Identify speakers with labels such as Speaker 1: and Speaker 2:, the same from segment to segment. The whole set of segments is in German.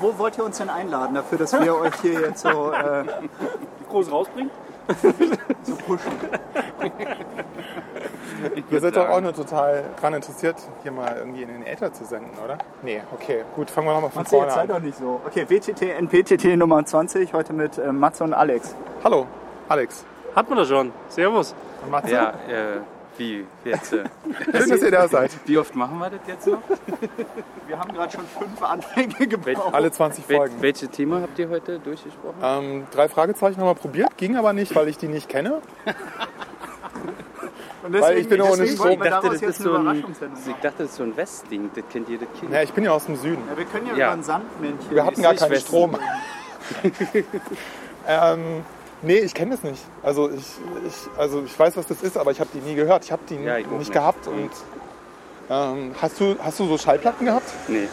Speaker 1: wo wollt ihr uns denn einladen dafür, dass wir euch hier jetzt so äh,
Speaker 2: groß rausbringen?
Speaker 1: so pushen?
Speaker 3: Ihr seid doch auch nur total dran interessiert, hier mal irgendwie in den Äther zu senden, oder? Nee, okay, gut, fangen wir nochmal von
Speaker 1: Matze, jetzt
Speaker 3: vorne
Speaker 1: sei
Speaker 3: an.
Speaker 1: doch nicht so. Okay, WTT, NPTT Nummer 20, heute mit äh, Matze und Alex.
Speaker 3: Hallo, Alex.
Speaker 2: Hat man das schon. Servus.
Speaker 3: Und Matze.
Speaker 4: Ja, äh, wie jetzt? Äh,
Speaker 3: Schön, dass ihr da seid.
Speaker 4: wie oft machen wir das jetzt noch?
Speaker 1: Wir haben gerade schon fünf Anfänge gebraucht.
Speaker 3: Alle 20 Folgen.
Speaker 4: Wel welche Thema habt ihr heute durchgesprochen?
Speaker 3: Ähm, drei Fragezeichen haben wir probiert, ging aber nicht, weil ich die nicht kenne.
Speaker 1: Und
Speaker 3: weil ich bin auch nicht so-
Speaker 1: wollten wir
Speaker 4: dachte,
Speaker 1: daraus
Speaker 4: das ist
Speaker 1: jetzt
Speaker 4: so
Speaker 1: eine
Speaker 4: ein,
Speaker 1: Überraschungssendung
Speaker 4: ich
Speaker 1: machen.
Speaker 4: dachte, das ist so ein Westding, das kennt jedes Kind.
Speaker 3: Ja, ich bin ja aus dem Süden.
Speaker 1: Ja, wir können ja,
Speaker 4: Ja.
Speaker 1: über ein Sandmännchen.
Speaker 3: Wir hatten gar
Speaker 4: nicht
Speaker 3: keinen
Speaker 4: Westen.
Speaker 3: Strom. ähm, nee, ich kenne das nicht. Also ich, ich, also ich weiß, was das ist, aber ich habe die nie gehört. Ich habe die
Speaker 4: Ja, ich auch
Speaker 3: nicht,
Speaker 4: nicht. Mhm.
Speaker 3: gehabt. Und, ähm, hast, du, hast du so Schallplatten gehabt?
Speaker 4: Nee.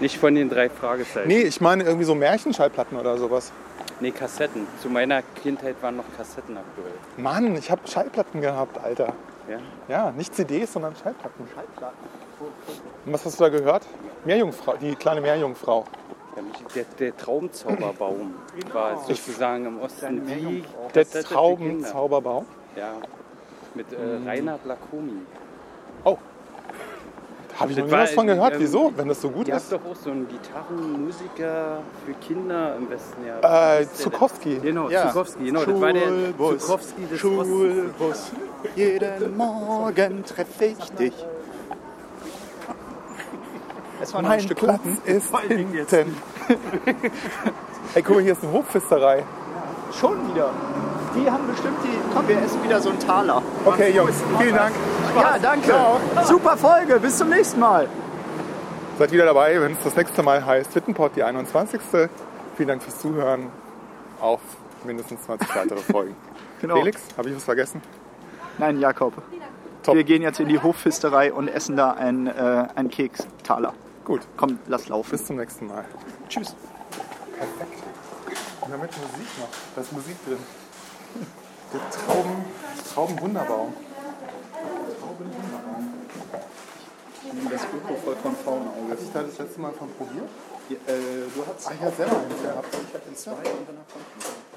Speaker 4: Nicht von den drei Fragezeichen.
Speaker 3: Nee, ich meine irgendwie so Märchenschallplatten oder sowas.
Speaker 4: Nee, Kassetten. Zu meiner Kindheit waren noch Kassetten aktuell.
Speaker 3: Mann, ich habe Schallplatten gehabt, Alter.
Speaker 4: Ja?
Speaker 3: Ja, nicht CDs, sondern Schallplatten. Und was hast du da gehört? Meerjungfrau, die kleine Meerjungfrau.
Speaker 4: Ja, mich- Der, der Traumzauberbaum
Speaker 1: Genau.
Speaker 4: war sozusagen im Osten wie
Speaker 3: Der
Speaker 4: Kassette für Kinder.
Speaker 3: Traubenzauberbaum.
Speaker 4: Ja. Mit äh,
Speaker 1: Mhm.
Speaker 4: Reinhard Lacomi.
Speaker 3: Habe ich
Speaker 4: Das
Speaker 3: noch nie
Speaker 4: war
Speaker 3: was von
Speaker 4: in-
Speaker 3: gehört.
Speaker 4: ähm,
Speaker 3: Wieso? Wenn das so gut
Speaker 4: Ihr habt
Speaker 3: ist. Äh,
Speaker 4: doch auch so einen Gitarrenmusiker für Kinder im Westen. Ja.
Speaker 3: Äh, Zukowski.
Speaker 4: Genau,
Speaker 1: Ja.
Speaker 4: Zukowski, genau. Das war der
Speaker 1: Schulbus.
Speaker 4: Zukowski des Ostens.
Speaker 1: Schulbus, jeden Morgen treffe ich dich. Es war noch ein
Speaker 3: Mein
Speaker 1: Stück
Speaker 3: Platz ist hinten. Ey, guck mal, hier ist eine Hofpfisterei.
Speaker 1: Schon wieder. Die haben bestimmt die. Komm, wir essen wieder so einen Taler.
Speaker 3: Okay, Jungs, vielen Dank.
Speaker 1: Ja, danke. Super Folge. Bis zum nächsten Mal.
Speaker 3: Seid wieder dabei, wenn es das nächste Mal heißt Wittenport, die 21. Vielen Dank fürs Zuhören. Auf mindestens 20 weitere Folgen.
Speaker 1: Genau.
Speaker 3: Felix, habe ich was vergessen?
Speaker 1: Nein, Jakob.
Speaker 3: Top.
Speaker 1: Wir gehen jetzt in die Hofpfisterei und essen da einen, äh, einen Keks-Taler.
Speaker 3: Gut,
Speaker 1: Komm, lass laufen.
Speaker 3: bis zum nächsten Mal.
Speaker 1: Tschüss.
Speaker 3: Perfekt. Und damit Musik noch. Da ist Musik drin. Der Trauben, Traubenwunderbaum.
Speaker 1: Das Öko voll von Faunauge.
Speaker 3: Hatte ich da das letzte Mal von probiert?
Speaker 1: Äh, du hast
Speaker 3: Ah, ich habe selber eins gehabt.
Speaker 1: zwei und dann